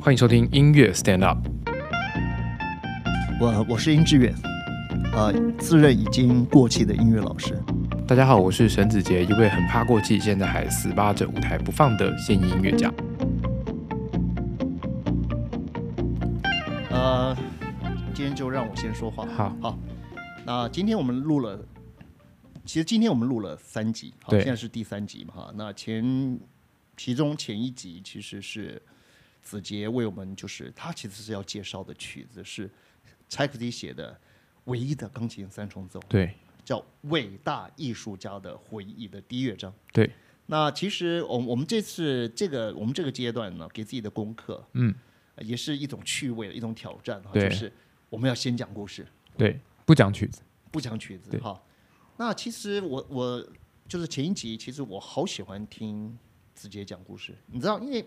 欢迎收听音乐 Stand Up。我我是殷志远，呃，自认已经过气的音乐老师。大家好，我是沈子杰，一位很怕过气，现在还死扒着舞台不放的现役音乐家。呃，今天就让我先说话。好好，那今天我们录了，其实今天我们录了三集，好，对现在是第三集嘛，哈。那前其中前一集其实是子杰为我们，就是他其实是要介绍的曲子是柴可夫斯基写的唯一的钢琴三重奏，对叫《伟大艺术家的回忆》的第一乐章。对，那其实我我们这次这个我们这个阶段呢，给自己的功课，嗯呃，也是一种趣味的一种挑战哈，对就是我们要先讲故事，对，不讲曲子。不讲曲子对哈。那其实我我就是前一集，其实我好喜欢听子杰讲故事，你知道，因为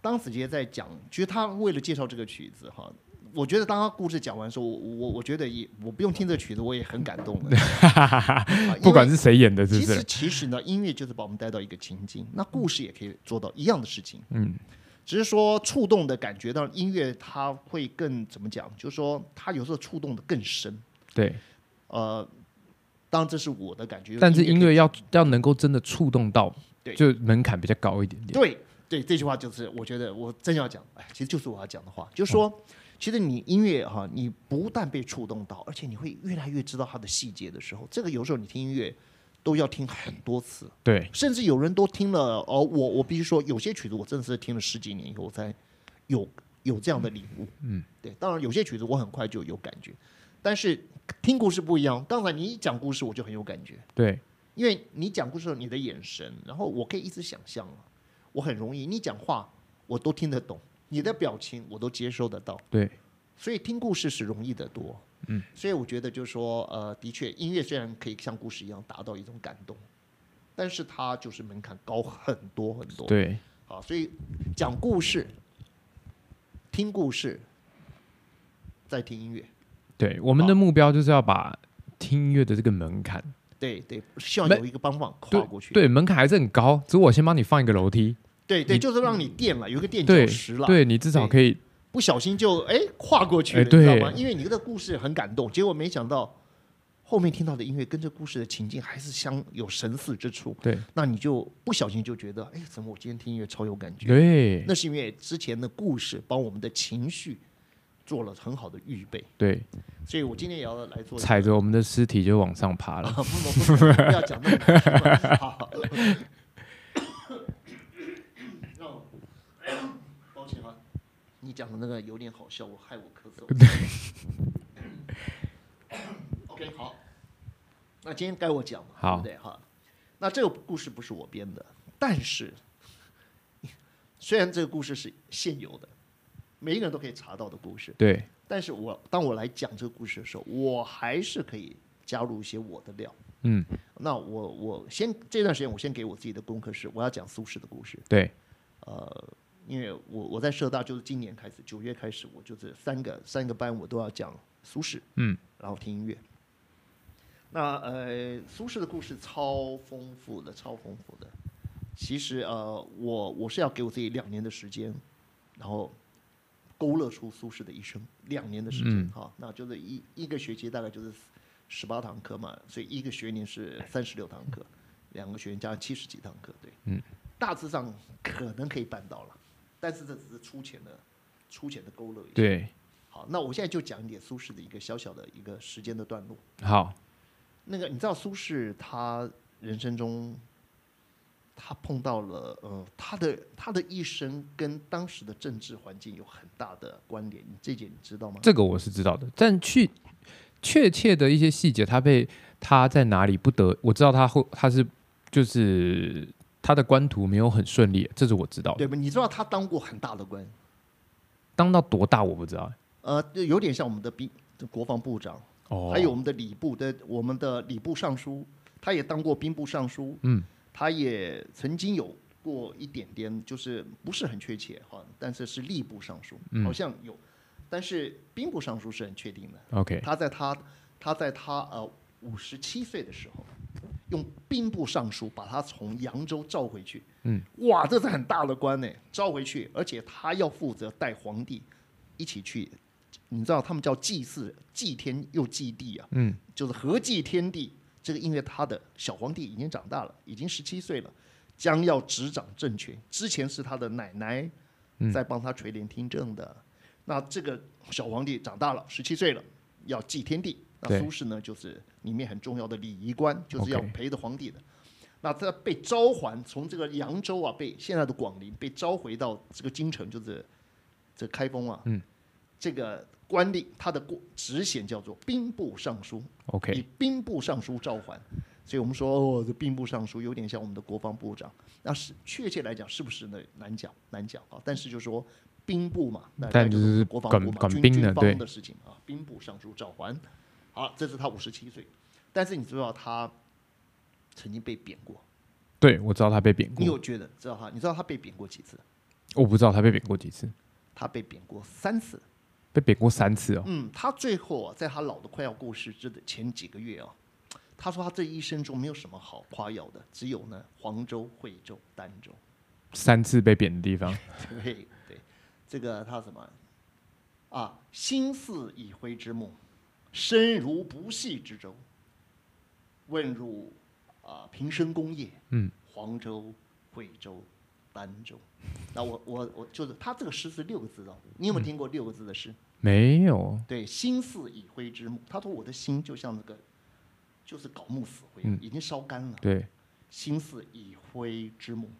当子杰在讲，其实他为了介绍这个曲子哈。我觉得当他故事讲完的时候，我我我觉得也我不用听这个曲子，我也很感动 了。啊不管因为是谁演的，是不其实是？其实呢，音乐就是把我们带到一个情境，那故事也可以做到一样的事情。嗯，只是说触动的感觉到音乐，它会更怎么讲？就是说，它有时候触动的更深。对。呃，当然这是我的感觉，但是音音乐乐要要能够真的触动到，对就门槛比较高一点点。对对这句话就是，我觉得我真要讲，哎，其实就是我要讲的话，就是说，嗯其实你音乐哈、你不但被触动到，而且你会越来越知道它的细节的时候，这个有时候你听音乐都要听很多次。对甚至有人都听了哦，我我必须说，有些曲子我真的是听了十几年以后我才有有这样的领悟。嗯，对，当然有些曲子我很快就有感觉，但是听故事不一样。刚才你一讲故事，我就很有感觉，对因为你讲故事的时候你的眼神，然后我可以一直想象啊，我很容易，你讲话我都听得懂，你的表情我都接收得到。对所以听故事是容易得多。嗯，所以我觉得就是说，呃，的确，音乐虽然可以像故事一样达到一种感动，但是它就是门槛高很多很多。对啊，所以讲故事、听故事，再听音乐，对，我们的目标就是要把听音乐的这个门槛，对对，希望没有一个帮忙跨对过去。对，门槛还是很高。只是我先帮你放一个楼梯，对对，你就是让你垫了，有一个垫对脚石了，对你至少对可以不小心就哎跨过去哎了，你知道对吗？因为你的故事很感动，结果没想到后面听到的音乐跟这故事的情境还是相有神似之处。对那你就不小心就觉得，哎，怎么我今天听音乐超有感觉？对那是因为之前的故事帮我们的情绪做了很好的预备，对，所以我今天也要来做一个。踩着我们的尸体就往上爬啊了。不不不不不要讲那 么好好。让我抱歉啊，你讲的那个有点好笑，我害我咳嗽。对。OK，好。那今天该我讲了，好对不对哈？那这个故事不是我编的，但是 虽然这个故事是现有的，每一个人都可以查到的故事，对但是我当我来讲这个故事的时候，我还是可以加入一些我的料。嗯，那我我先这段时间我先给我自己的功课是，我要讲苏轼的故事。对呃，因为我我在社大就是今年开始，九月开始，我就是三个三个班我都要讲苏轼，嗯，然后听音乐。那呃，苏轼的故事超丰富的，超丰富的。其实呃，我我是要给我自己两年的时间，然后勾勒出苏轼的一生，两年的时间嗯哈、那就是一一个学期大概就是十八堂课嘛，所以一个学年是三十六堂课，两个学年加上七十几堂课，对，嗯，大致上可能可以办到了，但是这只是粗浅的、粗浅的勾勒一下。对，好，那我现在就讲一点苏轼的一个小小的一个时间的段落。好，那个你知道苏轼他人生中，他碰到了呃他的他的一生跟当时的政治环境有很大的关联，你这一点你知道吗？这个我是知道的，但去确切的一些细节，他被他在哪里不得，我知道他后他是就是他的官途没有很顺利，这是我知道的。对吧？你知道他当过很大的官，当到多大我不知道。呃，就有点像我们的兵国防部长，哦还有我们的礼部的我们的礼部尚书，他也当过兵部尚书，嗯，他也曾经有过一点点，就是不是很确切哈，但是是吏部尚书，嗯好像有，但是兵部尚书是很确定的。 ，OK，他在他他在他呃五十七岁的时候，用兵部尚书把他从扬州召回去。嗯，哇，这是很大的官呢，召回去，而且他要负责带皇帝一起去，你知道他们叫祭祀，祭天又祭地啊，嗯，就是合祭天地。这个因为他的小皇帝已经长大了，已经十七岁了，将要执掌政权。之前是他的奶奶嗯在帮他垂帘听政的。那这个小皇帝长大了，十七岁了，要祭天地。那对苏轼呢，就是里面很重要的礼仪官，就是要 OK 陪着皇帝的。那他被召还，从这个扬州啊，被现在的广陵被召回到这个京城，就是这开封啊。嗯，这个官吏他的官职衔叫做兵部尚书。以，OK，兵部尚书召还。所以我们说，哦，这兵部尚书有点像我们的国防部长。那是确切来讲，是不是呢？难讲，难讲啊。但是就说兵部嘛，那但那就是是国防管部嘛，管军兵军的方对的事情啊。兵部尚书赵桓，好，这是他五十七岁。但是你知道他曾经被贬过，对我知道他被贬你过，有觉得知道他？你知道他被贬过几次？我不知道他被贬过几次，他被贬过三次。被贬过三次哦。嗯，他最后啊，在他老的快要过世之的前几个月啊，他说他这一生中没有什么好夸耀的，只有呢黄州、惠州、儋州。 三次被贬的地方，对对，这个他什么啊？心似已灰之木，身如不系之舟。问入啊平生功业，嗯，黄州、惠州、儋州。那我我我就是他这个诗是六个字的，啊你有没有听过六个字的诗？没有，对，心似已灰之木。他说我的心就像那个，就是槁木死灰，嗯已经烧干了。对，心似已灰之木，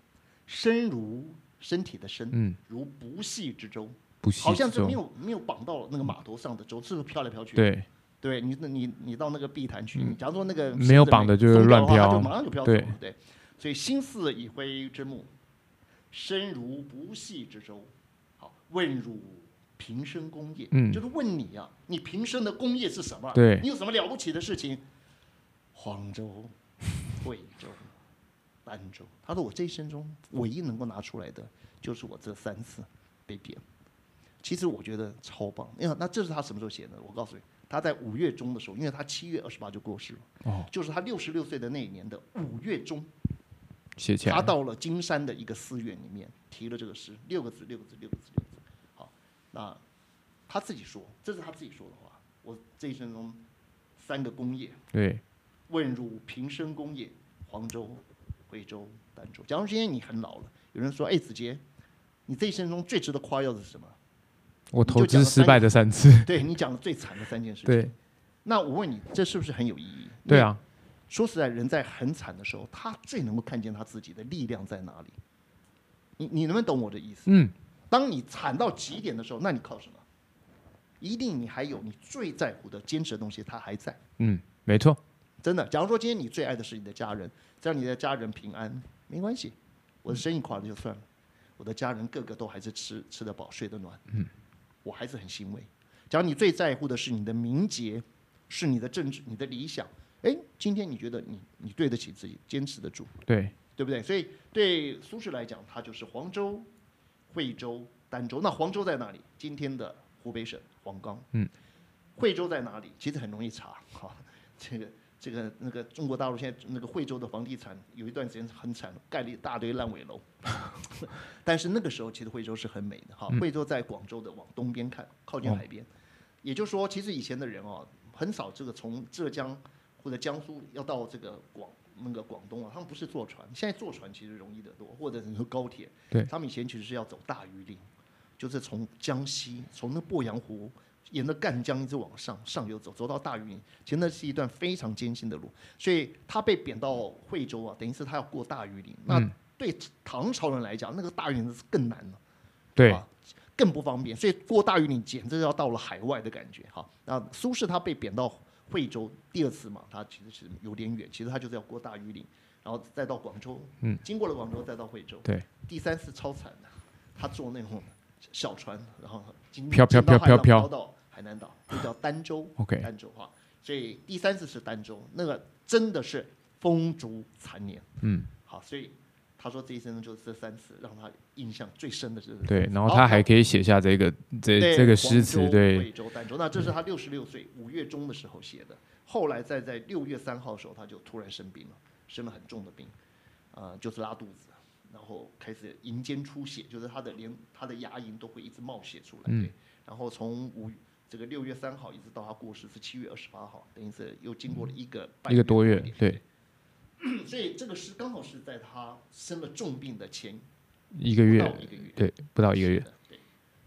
身如身体的身，嗯，如不系之舟，不系好像之是没中，有没有绑到那个码头上的舟，是不是飘来飘去？，对，对你你你到那个碧潭去，你假如说那个嗯没有绑的就是松掉乱飘的话它就马上就飘走对了。对，所以心似已灰之木，身如不系之舟。好，问汝平生功业，嗯就是问你啊，你平生的功业是什么？对你有什么了不起的事情？黄州、惠州、儋州，他说我这一生中唯一能够拿出来的，就是我这三次被贬。其实我觉得超棒，因为那这是他什么时候写的？我告诉你，他在五月中的时候，因为他七月二十八就过世了，哦，就是他六十六岁的那一年的五月中，写起他来，到了金山的一个寺院里面，提了这个诗，六个字，六个字，六个字，六个字。好，那他自己说，这是他自己说的话。我这一生中三个功业，对，问汝平生功业，黄州、惠州、儋州。假如今天你很老了，有人说，哎，子杰，你这一生中最值得夸耀的是什么？我投你就讲资了失败的三次，对你讲的最惨的三件事情。对，那我问你，这是不是很有意义？对啊，说实在，人在很惨的时候，他最能够看见他自己的力量在哪里。你你能不能懂我的意思？嗯，当你惨到极点的时候，那你靠什么？一定你还有你最在乎的、坚持的东西，他还在。嗯，没错，真的，假如说今天你最爱的是你的家人，只要你的家人平安，没关系，我的生意垮了就算了，我的家人个个都还是吃吃得饱、睡得暖，嗯，我还是很欣慰。假如你最在乎的是你的名节，是你的政治、你的理想，哎，今天你觉得你你对得起自己，坚持得住，对，对不对？所以对苏轼来讲，他就是黄州、惠州、儋州。那黄州在哪里？今天的湖北省黄冈。嗯，惠州在哪里？其实很容易查哈、这个这个那个中国大陆现在那个惠州的房地产有一段时间很惨，盖了一大堆烂尾楼。 但是那个时候其实惠州是很美的哈、惠州在广州的往东边看，靠近嗯哦海边。也就是说，其实以前的人哦，很少这个从浙江或者江苏要到这个广那个广东啊，他们不是坐船，现在坐船其实容易得多，或者你说高铁，对他们以前其实是要走大榆林，就是从江西从那鄱阳湖沿着赣江一直往上上游走，走到大榆林，其实那是一段非常艰辛的路，所以他被贬到惠州啊，等于是他要过大榆林，那嗯对唐朝人来讲，那个大榆林是更难了。对，啊更不方便，所以过大榆林简直要到了海外的感觉哈。那苏轼他被贬到惠州第二次嘛，他其实是有点远，其实他就是要过大榆林，然后再到广州，嗯，经过了广州再到惠州，对，第三次超惨的，他坐那种小船，然后经飘飘经飘到海浪飘飘飘到海南岛，就叫儋州 OK 儋州哈。所以第三次是儋州，那个真的是风烛残年，嗯，好，所以他说这一生就是这三次让他印象最深的就是这对，然后嗯好他还可以写下这个这对这个诗词，黄州对，惠州、儋州，那这是他六十六岁五月中的时候写的，后来在在六月三号的时候他就突然生病了，生了很重的病，呃，就是拉肚子，然后开始银间出血，就是他的连他的牙龈都会一直冒血出来，嗯对，然后从五这个六月三号一直到他过世是七月二十八号，等于是又经过了一个半一个多月点，对， 所以这个是刚好是在他生了重病的前一个不月到，一个月。对，不到一个是月，的。对，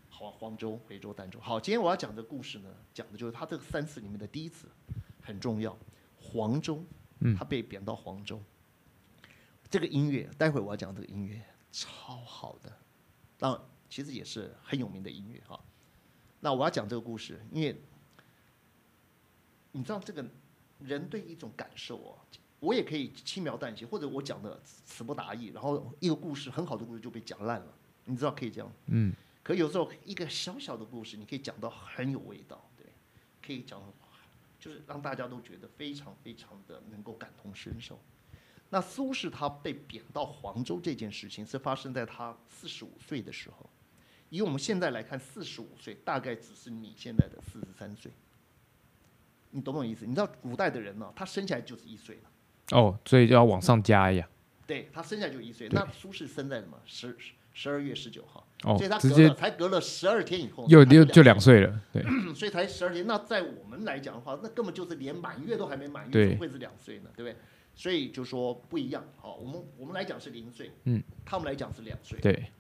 好，黄州、回州、儋州。好，今天我要讲的故事呢，讲的就是他这三次里面的第一次很重要，黄州，嗯他被贬到黄州。这个音乐，待会我要讲这个音乐超好的，当然其实也是很有名的音乐哈。那我要讲这个故事，因为你知道这个人对一种感受哦，我也可以轻描淡写，或者我讲的词不达意，然后一个故事很好的故事就被讲烂了，你知道可以这样。嗯，可有时候一个小小的故事，你可以讲到很有味道，对，可以讲，就是让大家都觉得非常非常的能够感同身受。那苏轼他被贬到黄州这件事情是发生在他四十五岁的时候，以我们现在来看，四十五岁大概只是你现在的四十三岁，你懂不懂意思？你知道古代的人呢、他生下来就是一岁了，哦，所以就要往上加呀，对他生下来就一岁。对那苏�轼生在什么十十二月十九号，哦嗯所以他，直隔接了才隔了十二天以后，又他就又两就两岁了，对，所以才十二天。那在我们来讲的话，那根本就是连满月都还没满对月，怎么会是两岁呢？对不对？所以就说不一样。好，我们我们来讲是零岁，嗯，他们来讲是两岁。对，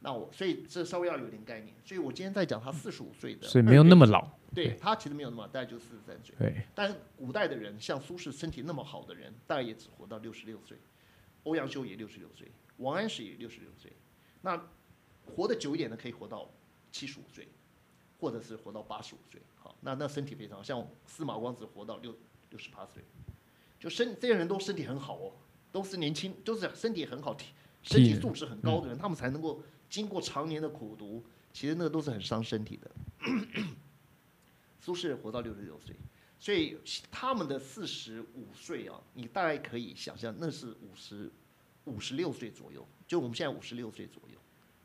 那我所以这稍微要有点概念。所以我今天在讲他四十五岁的，所以没有那么老，对他其实没有那么，大概就四十三岁。对，但是古代的人，像苏轼身体那么好的人，大概也只活到六十六岁，欧阳修也六十六岁，王安石也六十六岁，那活得久一点的可以活到七十五岁，或者是活到八十五岁。好，那那身体非常好，像司马光只活到六六十八岁，就身这些人都身体很好哦，都是年轻，都是身体很好，体身体素质很高的人，他们才能够经过常年的苦读，其实那个都是很伤身体的。 苏轼活到六十六岁，所以他们的四十五岁啊，你大概可以想象，那是五十五十六岁左右，就我们现在五十六岁左右，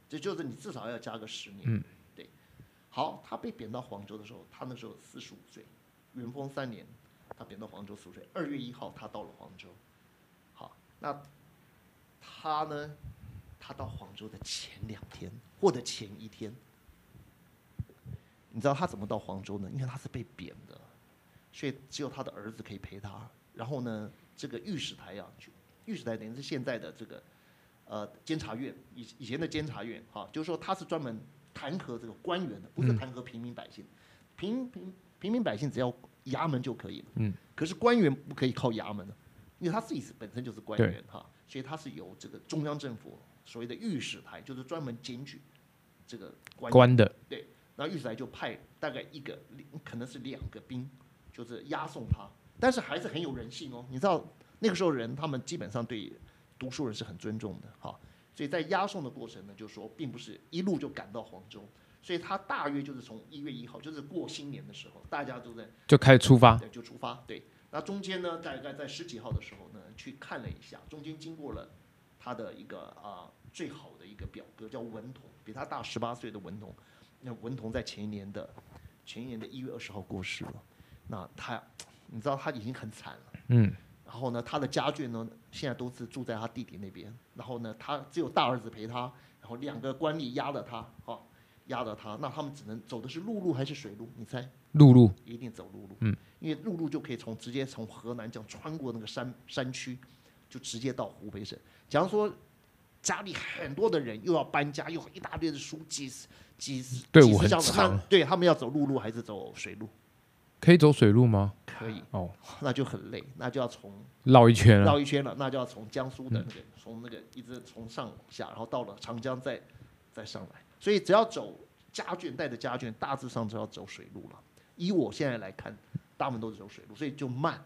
这就是你至少要加个十年。嗯对，好，他被贬到黄州的时候，他那时候四十五岁，元丰三年，他贬到黄州四十岁，二月一号他到了黄州。好，那他呢？他到黄州的前两天或者前一天，你知道他怎么到黄州呢？因为他是被贬的，所以只有他的儿子可以陪他。然后呢，这个御史台啊，就御史台等于是现在的这个呃监察院，以以前的监察院哈、就是说他是专门弹劾这个官员的，不是嗯弹劾平民百姓。平平平民百姓只要衙门就可以了。嗯。可是官员不可以靠衙门的，因为他自己是本身就是官对员哈、所以他是由这个中央政府所谓的御史台，就是专门检举这个官员关的，那御史台就派大概一个，可能是两个兵，就是押送他，但是还是很有人性哦。你知道那个时候人，他们基本上对读书人是很尊重的，哈。所以在押送的过程呢，就说并不是一路就赶到黄州，所以他大约就是从一月一号，就是过新年的时候，大家都在就开始出发，对，就出发。对，那中间呢，大概在十几号的时候呢，去看了一下，中间经过了他的一个啊、最好的一个表哥叫文同，比他大十八岁的文同。那文同在前一年的前一年的一月二十号过世了，那他你知道他已经很惨了。嗯，然后呢，他的家眷呢，现在都是住在他弟弟那边。然后呢，他只有大儿子陪他，然后两个官吏压着他，啊，压着他。那他们只能走的是陆路还是水路？你猜？陆路，一定走陆路，嗯，因为陆路就可以从直接从河南这样穿过那个山山区，就直接到湖北省。假如说家里很多的人又要搬家，又一大堆的书，几十几十队几伍十很箱子长那对他们要走陆路还是走水路？可以走水路吗？可以，哦，那就很累，那就要从绕一圈了，嗯绕一圈了，嗯那就要从江苏的那个从那个一直从上往下，然后到了长江再再上来。所以只要走家眷带着家眷，大致上只要走水路了。以我现在来看，大部分都是走水路，所以就慢。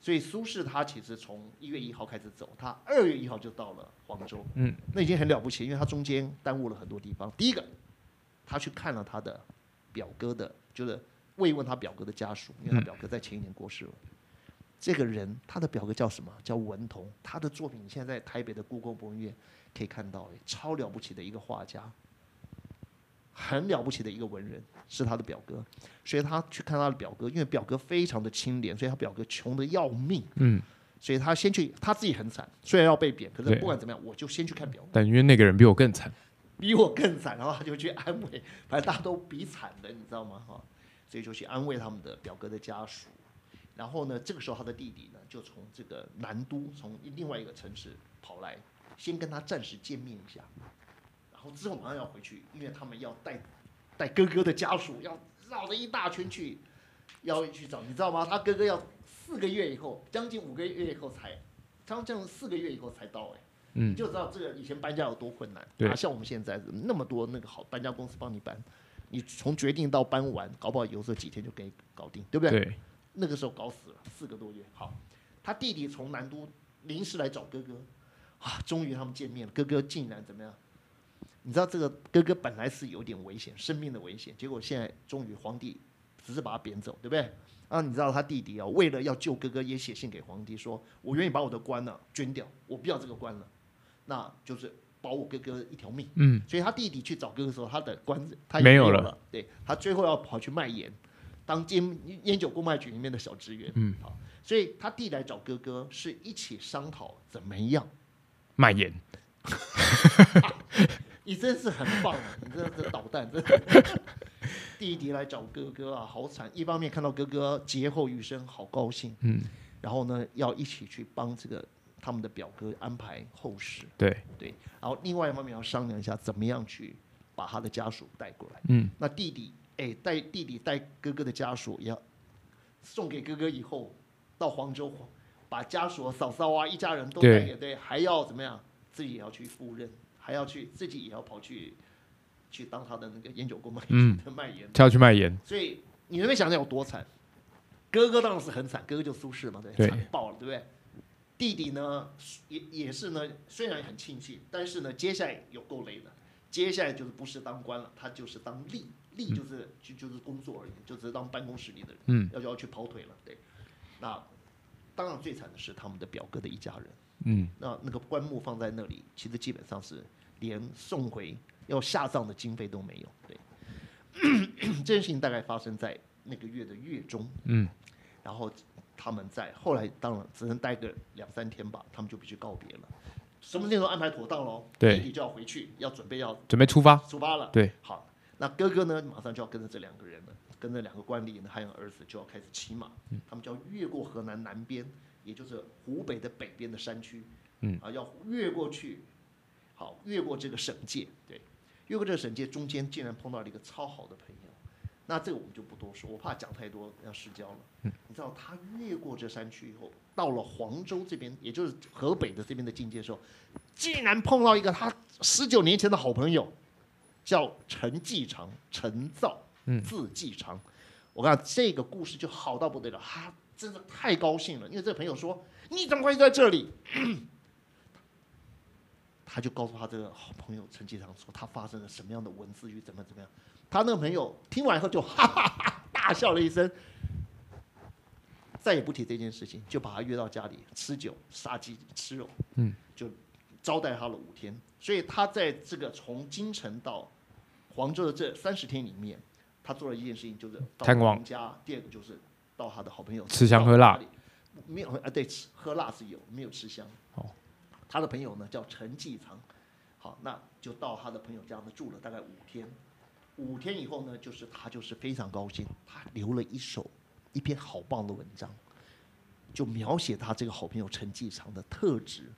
所以苏轼他其实从一月一号开始走，他二月一号就到了黄州，嗯，那已经很了不起，因为他中间耽误了很多地方。第一个，他去看了他的表哥的，就是慰问他表哥的家属，嗯因为他表哥在前一年过世了。这个人，他的表哥叫什么？叫文同。他的作品你现在在台北的故宫博物院可以看到，哎，超了不起的一个画家，很了不起的一个文人，是他的表哥。所以他去看他的表哥，因为表哥非常的清廉，所以他表哥穷得要命。嗯，所以他先去，他自己很惨，虽然要被贬，可是对不管怎么样，我就先去看表，但因为那个人比我更惨，比我更惨，然后他就去安慰， 反正大家都比惨的，你知道吗？哈、所以就去安慰他们的表哥的家属。然后呢，这个时候他的弟弟呢，就从这个南都，从另外一个城市跑来，先跟他暂时见面一下，然后之后马上要回去，因为他们要带带哥哥的家属，要绕着一大圈去，要去找，你知道吗？他哥哥要四个月以后，将近五个月以后才，将近四个月以后才到、哎，嗯你就知道这个以前搬家有多困难，对哪像我们现在那么多那个好搬家公司帮你搬。你从决定到搬完，搞不好有时候几天就给你搞定，对不对？对，那个时候搞死了，四个多月。好，他弟弟从南都临时来找哥哥，啊，终于他们见面了。哥哥竟然怎么样？你知道这个哥哥本来是有点危险，生命的危险，结果现在终于皇帝只是把他贬走，对不对？啊，你知道他弟弟啊，为了要救哥哥，也写信给皇帝说：“我愿意把我的官呢、捐掉，我不要这个官了，那就是保我哥哥一条命。”嗯，所以他弟弟去找哥哥的时候，他的官子他也没有有了对他最后要跑去卖盐，当烟烟酒购卖局里面的小职员。嗯，好，所以他弟来找哥哥是一起商讨怎么样。卖盐，你真是很棒、啊，你真的是捣蛋，真的。弟弟来找哥哥啊，好惨！一方面看到哥哥劫后余生，好高兴，嗯，然后呢，要一起去帮这个他们的表哥安排后事，对，对。然后另外一方面要商量一下，怎么样去把他的家属带过来。嗯，那弟弟，哎，带弟弟带哥哥的家属也要送给哥哥以后，到黄州把家属嫂嫂啊一家人都对带给对，还要怎么样，自己也要去赴任，还要去自己也要跑去去当他的那个烟酒购买嗯的卖盐，他要去卖盐，所以你能不能想想有多惨？哥哥当然是很惨，哥哥就苏轼嘛，对，对惨爆了，对不对？弟弟呢，也也是呢，虽然很庆幸，但是呢，接下来有够累的，接下来就是不是当官了，他就是当吏，吏就是、就就是工作而已，就只是当办公室里的人，嗯，要就要去跑腿了，对。那当然最惨的是他们的表哥的一家人，嗯，那那个棺木放在那里，其实基本上是连送回要下葬的经费都没有。对， 这件事情大概发生在那个月的月中。嗯，然后他们在后来当然只能待个两三天吧，他们就必须告别了。什么事情都安排妥当喽，对弟弟就要回去，要准备要准备出发，出发了。对，好，那哥哥呢，马上就要跟着这两个人了，跟着两个官吏呢，还有儿子就要开始骑马，嗯他们就要越过河南南边，也就是湖北的北边的山区，嗯，啊，要越过去，好，越过这个省界，对，越过这个省界，中间竟然碰到了一个超好的朋友。那这个我们就不多说，我怕讲太多要失焦了。嗯你知道他越过这山区以后，到了黄州这边，也就是河北的这边的境界的时候，竟然碰到一个他十九年前的好朋友，叫陈继长，陈造，嗯字继长。我跟你讲，这个故事就好到不得了，他真的太高兴了，因为这个朋友说你怎么会在这里？ 他就告诉他这个好朋友陈继长说他发生了什么样的文字狱，怎么怎么样。他那个朋友听完以后就哈哈哈大笑了一声，再也不提这件事情，就把他约到家里吃酒、杀鸡、吃肉，嗯，就招待他了五天。所以他在这个从京城到黄州的这三十天里面，他做了一件事情，就是到探望朋友家，第二个就是到他的好朋友吃香喝辣家里，没有啊，对，吃喝辣是有，没有吃香。哦，他的朋友呢叫陈继长，好，那就到他的朋友家呢住了大概五天。五天以后呢，就是他就是非常高兴，他留了一首一篇好棒的文章，就描写他这个好朋友陈继长的特质。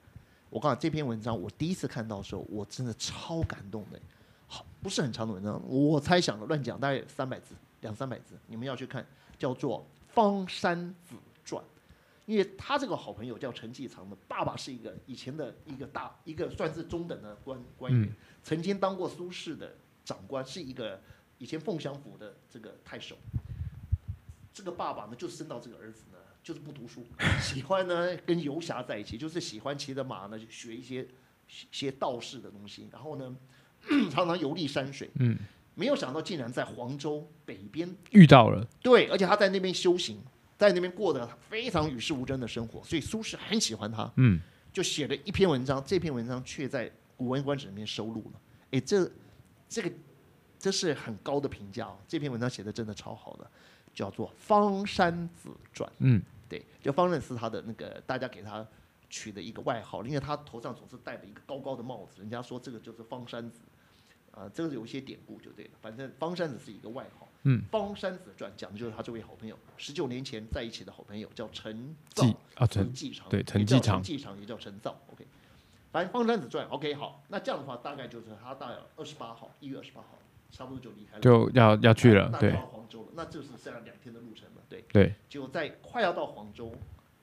我告诉你，这篇文章我第一次看到的时候，我真的超感动的。好，不是很长的文章，我猜想的乱讲，大概三百字，两三百字，你们要去看，叫做《方山子传》。因为他这个好朋友叫陈继长的爸爸是一个以前的一个大一个算是中等的官官员，曾经当过苏轼的长官，是一个以前凤翔府的这个太守。这个爸爸呢，就生到这个儿子呢，就是不读书， 喜欢呢跟游侠在一起，就是喜欢骑着马呢学一些学些道士的东西，然后呢 常常游历山水。嗯，没有想到竟然在黄州北边遇到了，对，而且他在那边修行，在那边过得非常与世无争的生活，所以苏轼很喜欢他，嗯，就写了一篇文章，这篇文章却在《古文观止》里面收录了。哎，这这个这是很高的评价哦，这篇文章写的真的超好的，叫做《方山子传》。嗯，对，就方任是他的那个大家给他取的一个外号，因为他头上总是戴着一个高高的帽子，人家说这个就是方山子，啊、这个有一些典故就对了。反正方山子是一个外号，嗯，方山子传讲的就是他这位好朋友，十九年前在一起的好朋友叫陈季兆，啊陈继长，对陈也叫继长陈继长也叫陈兆，OK。反正方山子传，OK，好，那这样的话大概就是他大概二十八号，一月二十八号，差不多就离开了，就要要去了那，对到黄州了，那就是这样两天的路程了，对。对，就在快要到黄州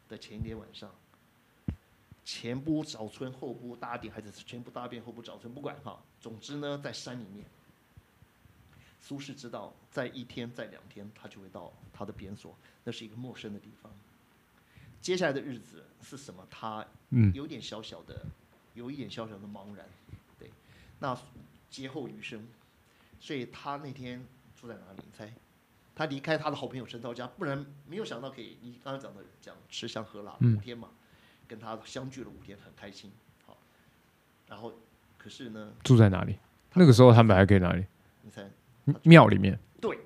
的前一天晚上，前不着村后不搭点，还是前不搭边后不着村，不管哈。总之呢，在山里面，苏轼知道，在一天在两天，他就会到他的边所，那是一个陌生的地方。接下来的日子是什么？他嗯，有点小小的，有一点小小的茫然，对。那劫后余生，所以他那天住在哪里？你猜？他离开他的好朋友陈涛家，不然没有想到可以，你刚刚讲的讲吃香喝辣嗯五天嘛，跟他相聚了五天，很开心。好，然后可是呢，住在哪里？那个时候他们还可以哪里？你猜庙里面，对，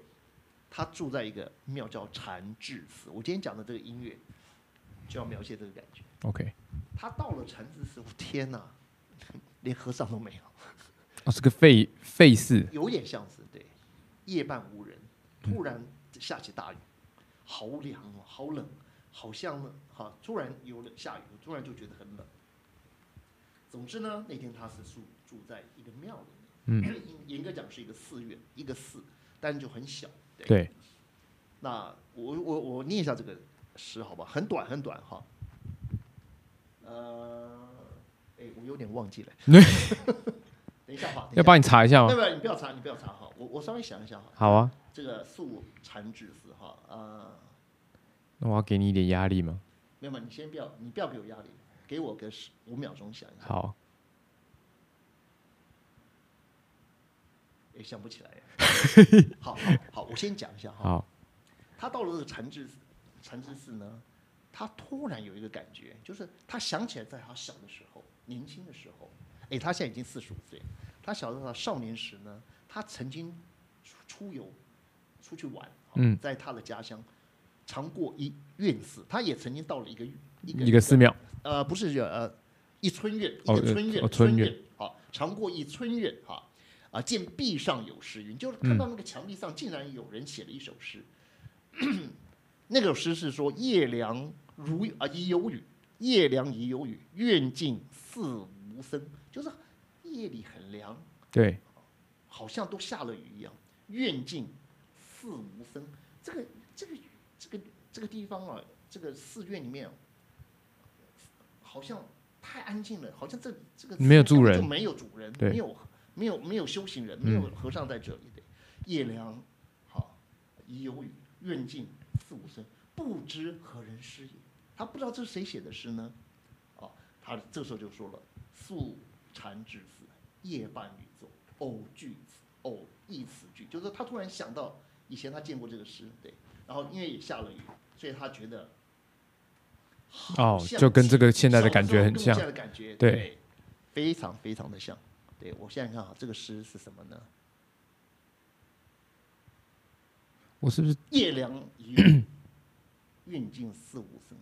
他住在一个庙叫禅智寺。我今天讲的这个音乐，就要描写这个感觉。 OK，他到了禅智寺，我天哪，连和尚都没有。哦，是个废废寺，有点像是对，夜半无人，突然下起大雨，好凉哦，好冷，好像呢，哈，突然有了下雨，突然就觉得很冷。总之呢，那天他是住住在一个庙里面， 严格讲是一个寺院，一个寺，但就很小。对，对，那我我我念一下这个诗好吧，很短很短哈。呃，哎，我有点 忘记了。等一下哈，等一下要帮你哦查一下要吗？不要你不要查，你不要查哈，我我稍微想一想哈，好啊，这个素禅之寺哈，呃，那我要给你一点压力嘛。没有嘛，你先不要，你不要给我压力，给我个十五秒钟想一下，好，也想不起来。 好好好，我先讲一下哈，好，他到了这个禅之寺禅之寺呢，他突然有一个感觉，就是他想起来在他小的时候，年轻的时候，哎，他现在已经四十五岁，他小的时候少年时呢，他曾经出出游出去玩，哈嗯在他的家乡尝过一院寺，他也曾经到了一个一个一个寺庙，呃，不是呃，一村院，一哦个村院，呃哦村村院院啊，尝过一村院啊，啊，见壁上有诗云，就是嗯看到那个墙壁上竟然有人写了一首诗， 那首诗是说夜凉如啊已有雨，夜凉已有雨，愿尽似无声，就是夜里很凉，对，好像都下了雨一样，愿尽似无声。这个这个这个这个地方啊，这个寺院里面啊、好像太安静了，好像这这个寺院没有住根本人就没有主人，对没有没有没有修行人，嗯没有和尚在这里的。夜凉，好，已有雨，愿尽似无声，不知何人诗也。他不知道这是谁写的诗呢？啊，他这时候就说了：“素禅之子，夜半与坐，偶句此偶忆此句。”就是他突然想到以前他见过这个诗，对，然后因为也下了雨，所以他觉得哦，就跟这个现在的感觉很像像是我跟我现，在的感觉对对，非常非常的像。对我现在看啊，这个诗是什么呢？我是不是？夜凉一月，运尽四五声。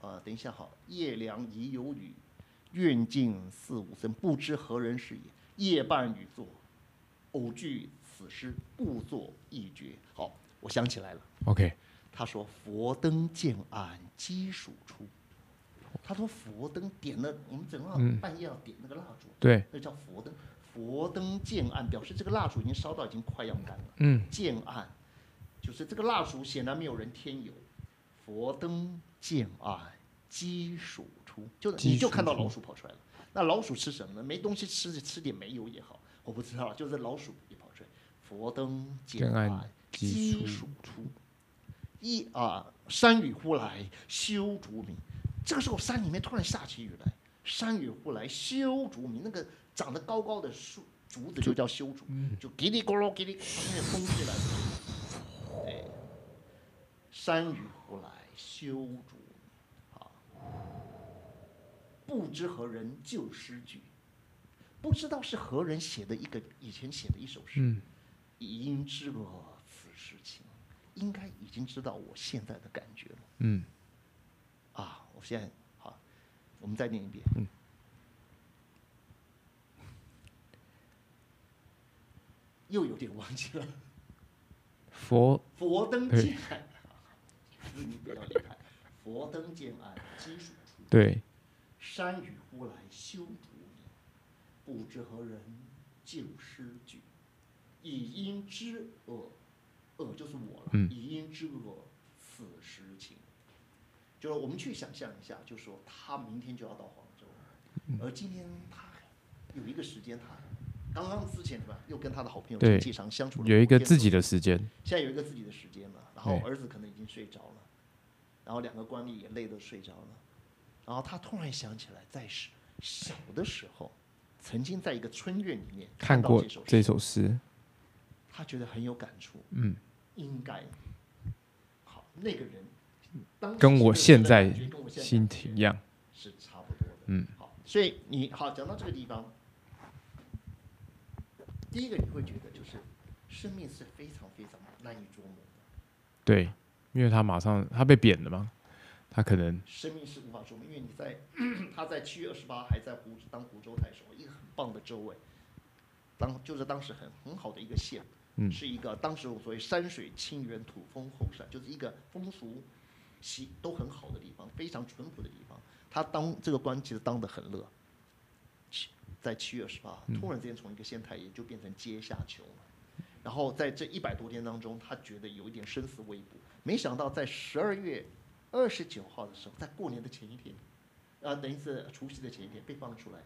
啊、等一下好，夜凉已有雨，运尽四五声，不知何人是也。夜半雨作，偶具此诗，故作一绝。好，我想起来了， OK，他说佛灯渐暗鸡曙出。他说佛灯点了，我们整个嗯半夜要点那个蜡烛，对，那叫佛灯。佛灯渐暗，表示这个蜡烛已经烧到已经快要干了。嗯，渐暗，就是这个蜡烛显然没有人添油。佛灯渐暗，鸡黍出，就是你鸡就黍看到出老鼠跑出来了。那老鼠吃什么呢？没东西吃，就吃点煤油也好，我不知道，就是老鼠也跑出来。佛灯渐渐暗暗，鸡鸡黍黍出。一啊，山雨忽来修竹鸣。这个时候，山里面突然下起雨来，山雨忽来修竹鸣。那个长得高高的树竹子就叫修竹，就叽里咕噜叽里咕噜，那个风吹来。对，山雨忽来修竹鸣啊，不知何人旧诗句，不知道是何人写的一个以前写的一首诗。嗯，已应知我此时情，应该已经知道我现在的感觉了嗯啊！我现在好，我们再念一遍。嗯又有点忘记了。佛佛灯渐暗， 子女比较厉害。佛灯渐暗，鸡黍出，对山雨忽来修竹林。不知何人旧诗句，以因知恶，恶就是我了。嗯以因知恶，此时情。就是我们去想象一下，就说他明天就要到黄州，嗯而今天他有一个时间他。刚刚之前什么，又跟他的好朋友对经济上相处了有一个五天自左右己的时间，现在有一个自己的时间了，然后对儿子可能已经睡着了，然后两个官吏也累得睡着了，然后他突然想起来，在是小的时候，曾经在一个春院里面看到过这首诗，这首诗，他觉得很有感触，嗯，应该好那个人，当时跟我现在是那个感觉跟我现在心感觉情一样，是差不多的。嗯，好，所以你好讲到这个地方，第一个你会觉得就是生命是非常非常难以捉摸的。对，因为他马上他被贬了嘛，他可能生命是无法说明，因为你在 他在七月二十八还在湖当湖州太守，一个很棒的州位，当就是当时很很好的一个县，嗯是一个当时我所谓山水清源、土风后山，就是一个风俗习都很好的地方，非常淳朴的地方。他当这个官其实当得很乐，七在七月二十八，嗯突然之间从一个县太爷就变成阶下囚了。然后在这一百多天当中，他觉得有一点生死未卜，没想到在十二月二十九号的时候，在过年的前一天，呃，等于是除夕的前一天被放出来，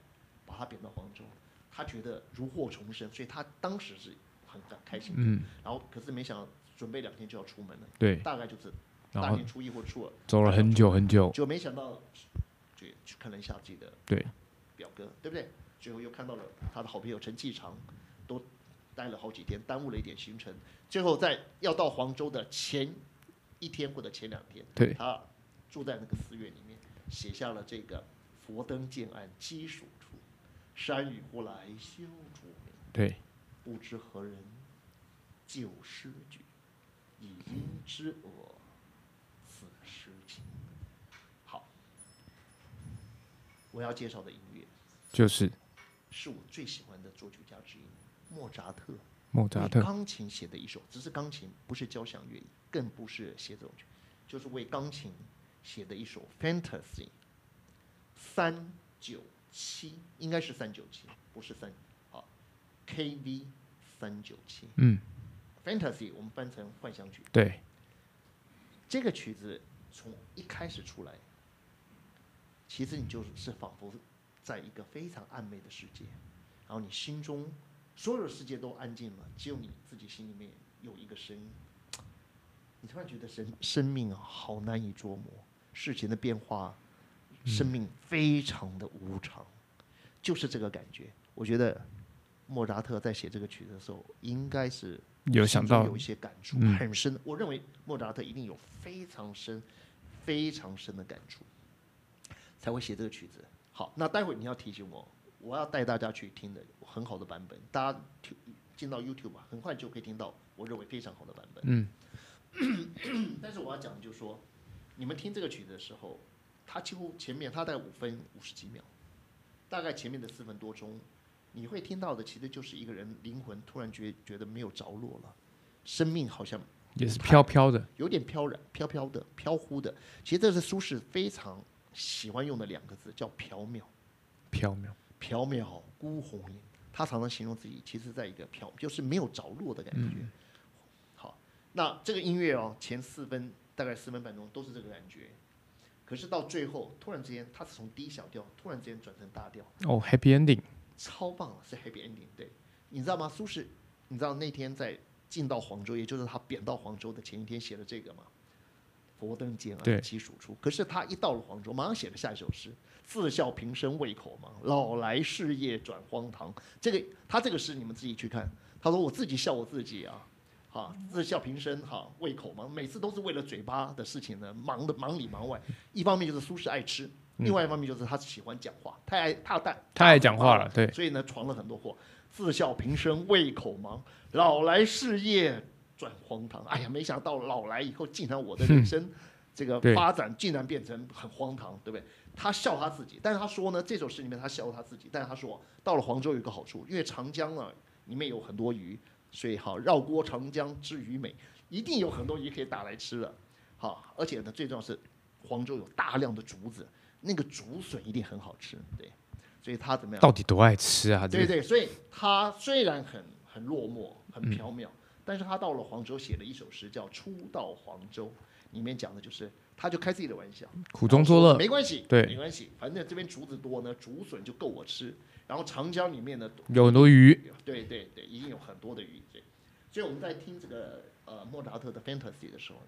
把他贬到黄州。他觉得如获重生，所以他当时是很很开心的。嗯然后可是没想到准备两天就要出门了，对，大概就是然大后年初一或初二，走了很久很久，就没想到就去看了一下自己的对表哥，对不对？最后又看到了他的好朋友陈继长，都待了好几天，耽误了一点行程。最后在要到黄州的前一天或者前两天，对，他住在那个寺院里面，写下了这个“佛灯渐暗鸡黍出，山雨忽来修竹林。对不知何人旧诗句，以因知我此时情。”好，我要介绍的音乐就是是我最喜欢的作曲家之一——莫扎特。莫扎特为，钢琴写的一首，只是钢琴，不是交响乐，更不是协奏曲，就是为钢琴写的一首 Fantasy 三九七，应该是三九七，不是三好 KV 三九七嗯， Fantasy，我们翻成幻想曲。对，这个曲子从一开始出来，其实你就是仿佛在一个非常暧昧的世界，然后你心中所有的世界都安静了，只有你自己心里面有一个声音，你突然觉得生生命好难以捉摸，事情的变化，嗯生命非常的无常，就是这个感觉。我觉得莫扎特在写这个曲子的时候，应该是有想心中到有一些感触嗯很深。我认为莫扎特一定有非常深、非常深的感触，才会写这个曲子。好，那待会你要提醒我，我要带大家去听的很好的版本，大家听进到 YouTube 啊很快就可以听到我认为非常好的版本。嗯， 但是我要讲的就是说，你们听这个曲子的时候，它几乎前面它大概五分五十几秒，大概前面的四分多钟，你会听到的其实就是一个人灵魂突然觉觉得没有着落了，生命好像也是飘飘的，有点飘然、飘飘的、飘忽的。其实这是苏轼非常喜欢用的两个字，叫缥缈。飘渺，缥缈孤鸿影。他常常形容自己其实在一个缥，就是没有着落的感觉。好，那这个音乐哦，前四分大概四分半钟都是这个感觉，可是到最后突然之间，它是从低小调突然之间转成大调，哦，Happy Ending，超棒了，是 happy ending。对，你知道吗？苏轼，你知道那天在进到黄州，也就是他贬到黄州的前一天写的这个吗？佛灯渐对暗即黍出。可是他一到了黄州，马上写了下一首诗：“自笑平生为口忙，老来事业转荒唐。”这个他这个诗你们自己去看。他说：“我自己笑我自己啊。”哈，自笑平生哈，为口忙，每次都是为了嘴巴的事情呢，忙的忙里忙外。一方面就是苏轼爱吃，嗯另外一方面就是他喜欢讲话，太爱他太太爱讲啊话了，对，所以呢，闯了很多祸。自笑平生为口忙，老来事业算荒唐。哎呀，没想到老来以后，竟然我的人生这个对发展竟然变成很荒唐，对不对？他笑他自己，但是他说呢，这首诗里面他笑他自己，但是他说到了黄州有一个好处，因为长江呢里面有很多鱼，所以好绕过长江之鱼美，一定有很多鱼可以打来吃的。好，而且呢，最重要是黄州有大量的竹子，那个竹笋一定很好吃，对。所以他怎么样？到底多爱吃啊？这个对对，所以他虽然很很落寞、嗯很缥缈，但是他到了黄州写了一首诗叫《初到黄州》，里面讲的就是他就开自己的玩笑，苦中作乐，没关系，对没关系，反正这边竹子多呢，竹笋就够我吃。然后长江里面呢，有很多鱼，对对对，一定有很多的鱼。对，所以我们在听这个呃莫扎特的 Fantasy 的时候，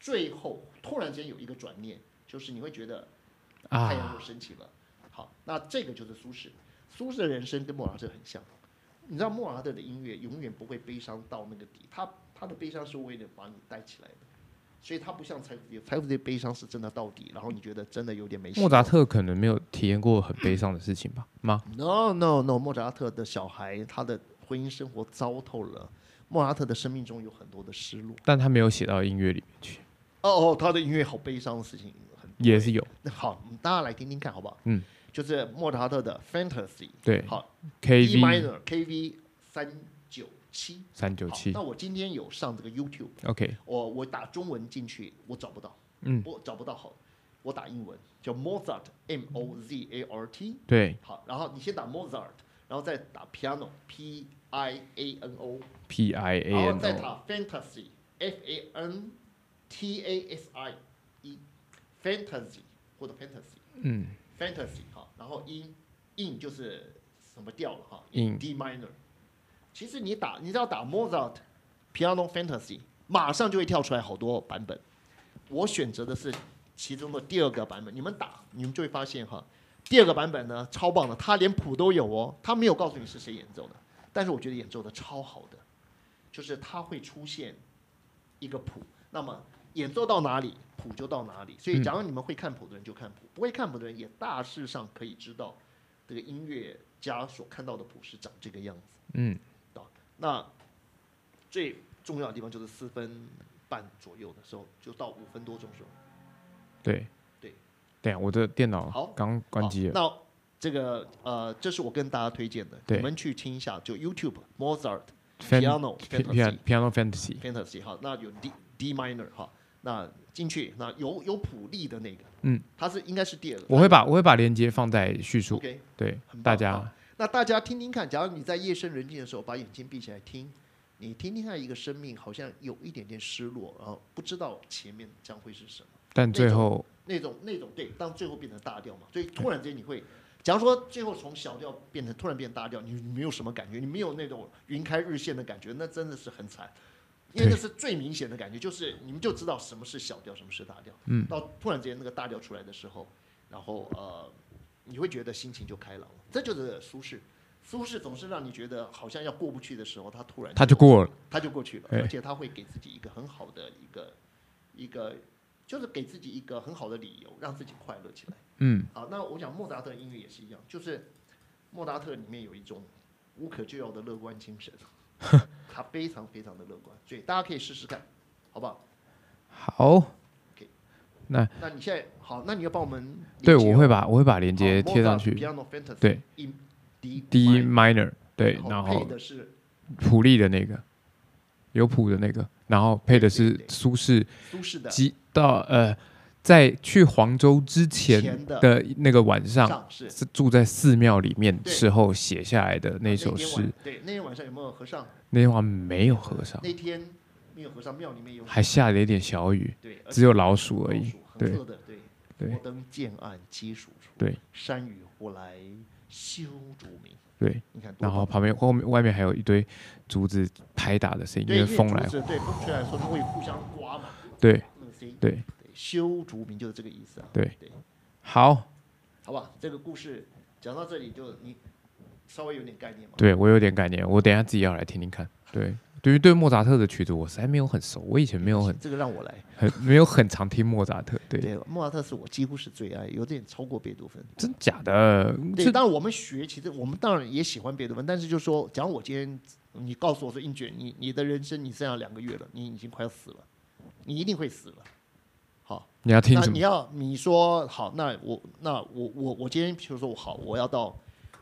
最后突然间有一个转念，就是你会觉得啊太阳又升起了。好，那这个就是苏轼。苏轼的人生跟莫扎特很像，你知道莫扎特的音乐永远不会悲伤到那个底，他他的悲伤是为了把你带起来的，所以他不像财富阶级，财富阶级悲伤是真的到底，然后你觉得真的有点没希莫望。扎特可能没有体验过很悲伤的事情吧？吗？ No no no，莫扎特的小孩他的婚姻生活糟透了，莫扎特的生命中有很多的失落。但他没有写到音乐里面去，哦哦，他的音乐好悲伤的事情很多也是有。那好，我们大家来听听看好不好？嗯，就是莫扎特的 Fantasy，对好 E ，KV minor KV 三九七。三九好七那我今天有上这个 YouTube， ，OK，我我打中文进去，我找不到，嗯，我找不到好，我打英文叫 Mozart M O Z A R T，对好，然后你先打 Mozart，然后再打 piano P I A N O， ，P I A 然 N 后再 O，打 fantasy F A N T A S I E fantasy 或者 fantasy 嗯 fantasy 哈，然后 in in 就是什么调了哈 In D minor。其实你打，你只要打 Mozart piano fantasy，马上就会跳出来好多版本。我选择的是其中的第二个版本，你们打，你们就会发现哈，第二个版本呢超棒的，它连谱都有哦，它没有告诉你是谁演奏的，但是我觉得演奏的超好的，就是它会出现一个谱，那么演奏到哪里，谱就到哪里。所嗯以，假如你们会看谱的人就看谱，不会看谱的人也大致上可以知道这个音乐家所看到的谱是长这个样子。啊嗯，那最重要的地方就是四分半左右的时候，就到五分多钟的时候。对对，对啊，我的电脑好刚关机了，好啊那这个呃，这是我跟大家推荐的，对你们去听一下，就 YouTube Mozart Fan- Piano Pi- Fantasy Pian- Piano Fantasy， Fantasy 哈，那有 D D minor 哈，那进去那有有谱例的那个，嗯，它是应该是第二个，我会把我会把链接放在叙述， OK。对很棒大家好，那大家听听看，假如你在夜深人静的时候把眼睛闭起来听，你听听看一个生命好像有一点点失落，然后不知道前面将会是什么，但最那种后那种那种对，当最后变成大调嘛，所以突然间你会。假如说最后从小调变成突然变大调，你你没有什么感觉，你没有那种云开日现的感觉，那真的是很惨，因为对那是最明显的感觉，就是你们就知道什么是小调，什么是大调。嗯，到突然间那个大调出来的时候，然后呃，你会觉得心情就开朗了，这就是苏轼。苏轼总是让你觉得好像要过不去的时候，他突然他就过了，他就过去了，哎而且他会给自己一个很好的一个一个，就是给自己一个很好的理由，让自己快乐起来。嗯，好，那我想莫扎特的音乐也是一样，就是莫扎特里面有一种无可救药的乐观精神， 他非常非常的乐观，所以大家可以试试看，好不好？好，那你现在好，那你要帮我们对连接我哦会把我会把链好接贴上 Mozart 去 Piano Fantasy 对 in D ，D minor， minor，对，然配后的是普利的那个，有谱的那个，然后配的是对对对苏轼苏轼的及到呃，在去黄州之前前的的那个晚上，上是是住在寺庙里面对时候写下来的那那首天诗晚。对，那天晚上有没有和尚？那天晚上没有和尚，那天没有和尚，庙里面有还下了一点小雨，对，而且只有老鼠有而老已鼠。对很，色的，对，对摩登建案皆属处，对，山雨忽来修竹鸣。对，你看多然棒，后旁边后面外面还有一堆竹子拍打的声音，因对，为因为风竹来子，对，风吹来的时候它会互相刮嘛，对那个声音。对对，修竹鸣就是这个意思啊。对对，好，好吧，这个故事讲到这里就你稍微有点概念嘛。对我有点概念，我等一下自己要来听听看。对，对于对莫扎特的曲子，我实在没有很熟，我以前没有很这个让我来。很没有很常听莫扎特，对，对，莫扎特是我几乎是最爱，有点超过贝多芬。真假的，对，当然我们学，其实我们当然也喜欢贝多芬，但是就说，假如我今天你告诉我说，英俊，你你的人生你剩下两个月了，你已经快要死了，你一定会死了。好，你要听那什你么？要你说好，那我那我我我今天譬如说我好，我要到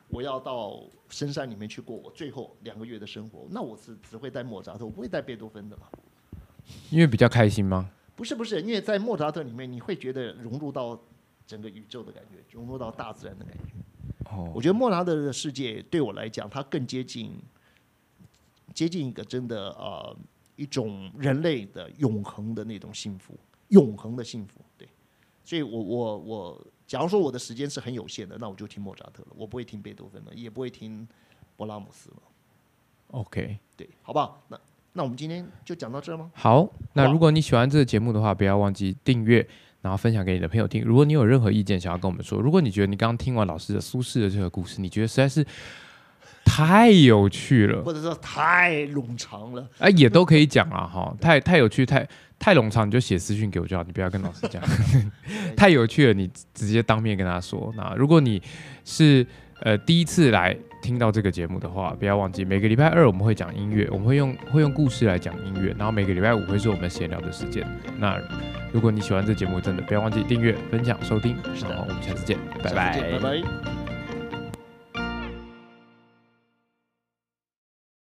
我要到深山里面去过我最后两个月的生活，那我是只会带莫扎特，我不会带贝多芬的嘛。因为比较开心吗？不是不是，因为在莫扎特里面，你会觉得融入到整个宇宙的感觉，融入到大自然的感觉。哦，我觉得莫扎特的世界对我来讲，它更接近接近一个真的呃一种人类的永恒的那种幸福，永恒的幸福。对，所以我我我，假如说我的时间是很有限的，那我就听莫扎特了，我不会听贝多芬了，也不会听勃拉姆斯了。 OK，对，好不好？那那我们今天就讲到这儿吗？好，那哇如果你喜欢这个节目的话，不要忘记订阅，然后分享给你的朋友听。如果你有任何意见想要跟我们说，如果你觉得你刚刚听完老师的苏轼的这个故事，你觉得实在是太有趣了，或者说太冗长了，哎、也都可以讲啊，哈，太太有趣，太太冗长，你就写私讯给我就好，你不要跟老师 讲，太有趣了，你直接当面跟他说。那如果你是呃第一次来听到这个节目的话，不要忘记每个礼拜二我们会讲音乐，我们会用会用故事来讲音乐，然后每个礼拜五会是我们闲聊的时间。那如果你喜欢这节目，真的不要忘记订阅、分享、收听，是的然后我们下次见，拜下次见拜拜。